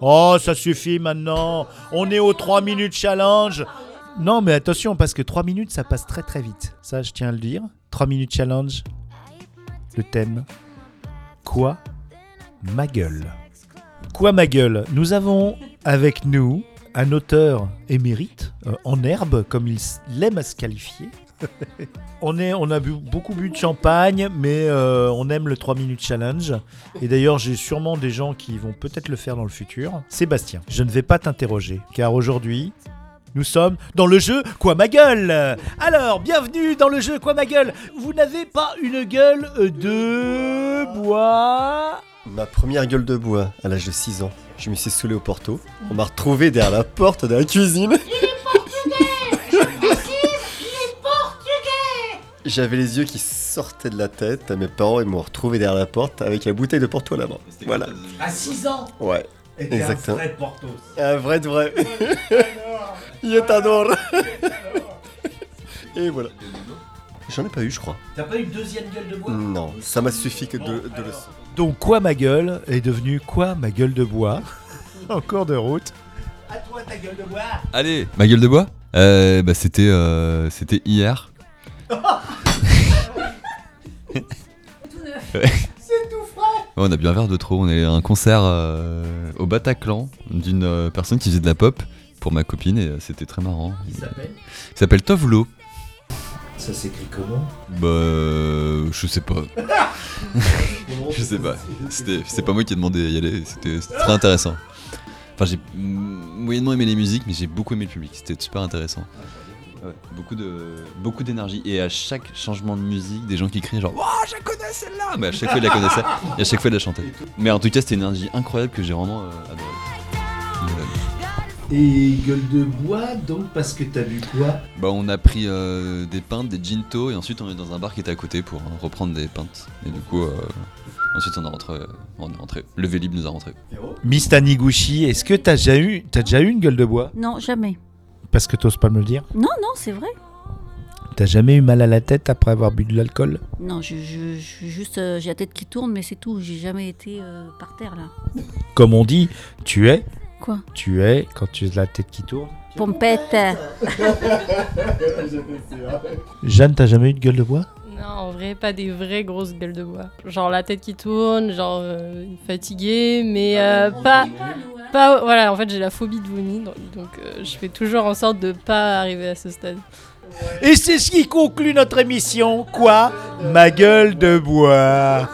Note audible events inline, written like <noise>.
Oh, ça suffit maintenant. On est au 3 minutes challenge. Non, mais attention, parce que 3 minutes, ça passe très très vite. Ça, je tiens à le dire. 3 minutes challenge. Le thème. Quoi ma gueule Quoi ma gueule Nous avons avec nous un auteur émérite, euh, en herbe, comme il s- l'aime à se qualifier. <laughs> on, est, on a bu, beaucoup bu de champagne, mais euh, on aime le 3 minutes challenge. Et d'ailleurs, j'ai sûrement des gens qui vont peut-être le faire dans le futur. Sébastien, je ne vais pas t'interroger, car aujourd'hui, nous sommes dans le jeu Quoi ma gueule Alors, bienvenue dans le jeu Quoi ma gueule Vous n'avez pas une gueule de bois Ma première gueule de bois à l'âge de 6 ans. Je me suis saoulé au porto. On m'a retrouvé derrière la porte de la cuisine. J'avais les yeux qui sortaient de la tête. Mes parents ils m'ont retrouvé derrière la porte avec la bouteille de porto à la main. Voilà. À 6 ans eh Ouais. Était Exactement. un vrai Portos. Un vrai de vrai. Il est adoré. Et voilà. J'en ai pas eu, je crois. T'as pas eu une deuxième gueule de bois Non, ça m'a suffi que de, de le. Donc quoi ma gueule est devenu quoi ma gueule de bois <laughs> Encore de route. À toi ta gueule de bois Allez, ma gueule de bois euh, bah, C'était euh, c'était hier. Ouais. Ouais, on a bu un verre de trop. On est à un concert euh, au Bataclan d'une euh, personne qui faisait de la pop pour ma copine et euh, c'était très marrant. Il s'appelle Il s'appelle Tovlo. Ça s'écrit comment Bah, euh, je sais pas. Oh. je sais pas. C'était c'est pas moi qui ai demandé à y aller. C'était c'était très intéressant. Enfin, j'ai mm, moyennement aimé les musiques, mais j'ai beaucoup aimé le public. C'était super intéressant. Ouais, beaucoup de beaucoup d'énergie et à chaque changement de musique, des gens qui crient genre Waouh, je la connais celle-là. Mais à chaque fois ils la connaissaient et à chaque fois ils la chantaient. Mais en tout cas, c'était une énergie incroyable que j'ai vraiment euh, adoré. Et gueule de bois donc parce que t'as bu quoi Bah, on a pris euh, des pintes, des ginto, et ensuite on est dans un bar qui était à côté pour euh, reprendre des pintes. Et du coup, euh, ensuite on est rentré. On est rentré. Le Vélib nous a rentré. Miss Taniguchi, est-ce que t'as déjà eu t'as déjà eu une gueule de bois Non, jamais. Parce que t'oses pas me le dire. Non, non, c'est vrai. T'as jamais eu mal à la tête après avoir bu de l'alcool Non, je, je- je suis juste, euh, j'ai la tête qui tourne, mais c'est tout. J'ai jamais été euh, par terre là. Comme on dit, tu es, Quoi tu es quand tu as la tête qui tourne. Pompette. Jeanne, t'as jamais eu de gueule de bois Non, en vrai, pas des vraies grosses gueules de bois. Genre la tête qui tourne, genre euh, fatiguée, mais euh, pas, pas. Voilà, en fait, j'ai la phobie de vomi, donc, donc, euh, je fais toujours en sorte de pas arriver à ce stade. Et c'est ce qui conclut notre émission. Quoi Ma gueule de bois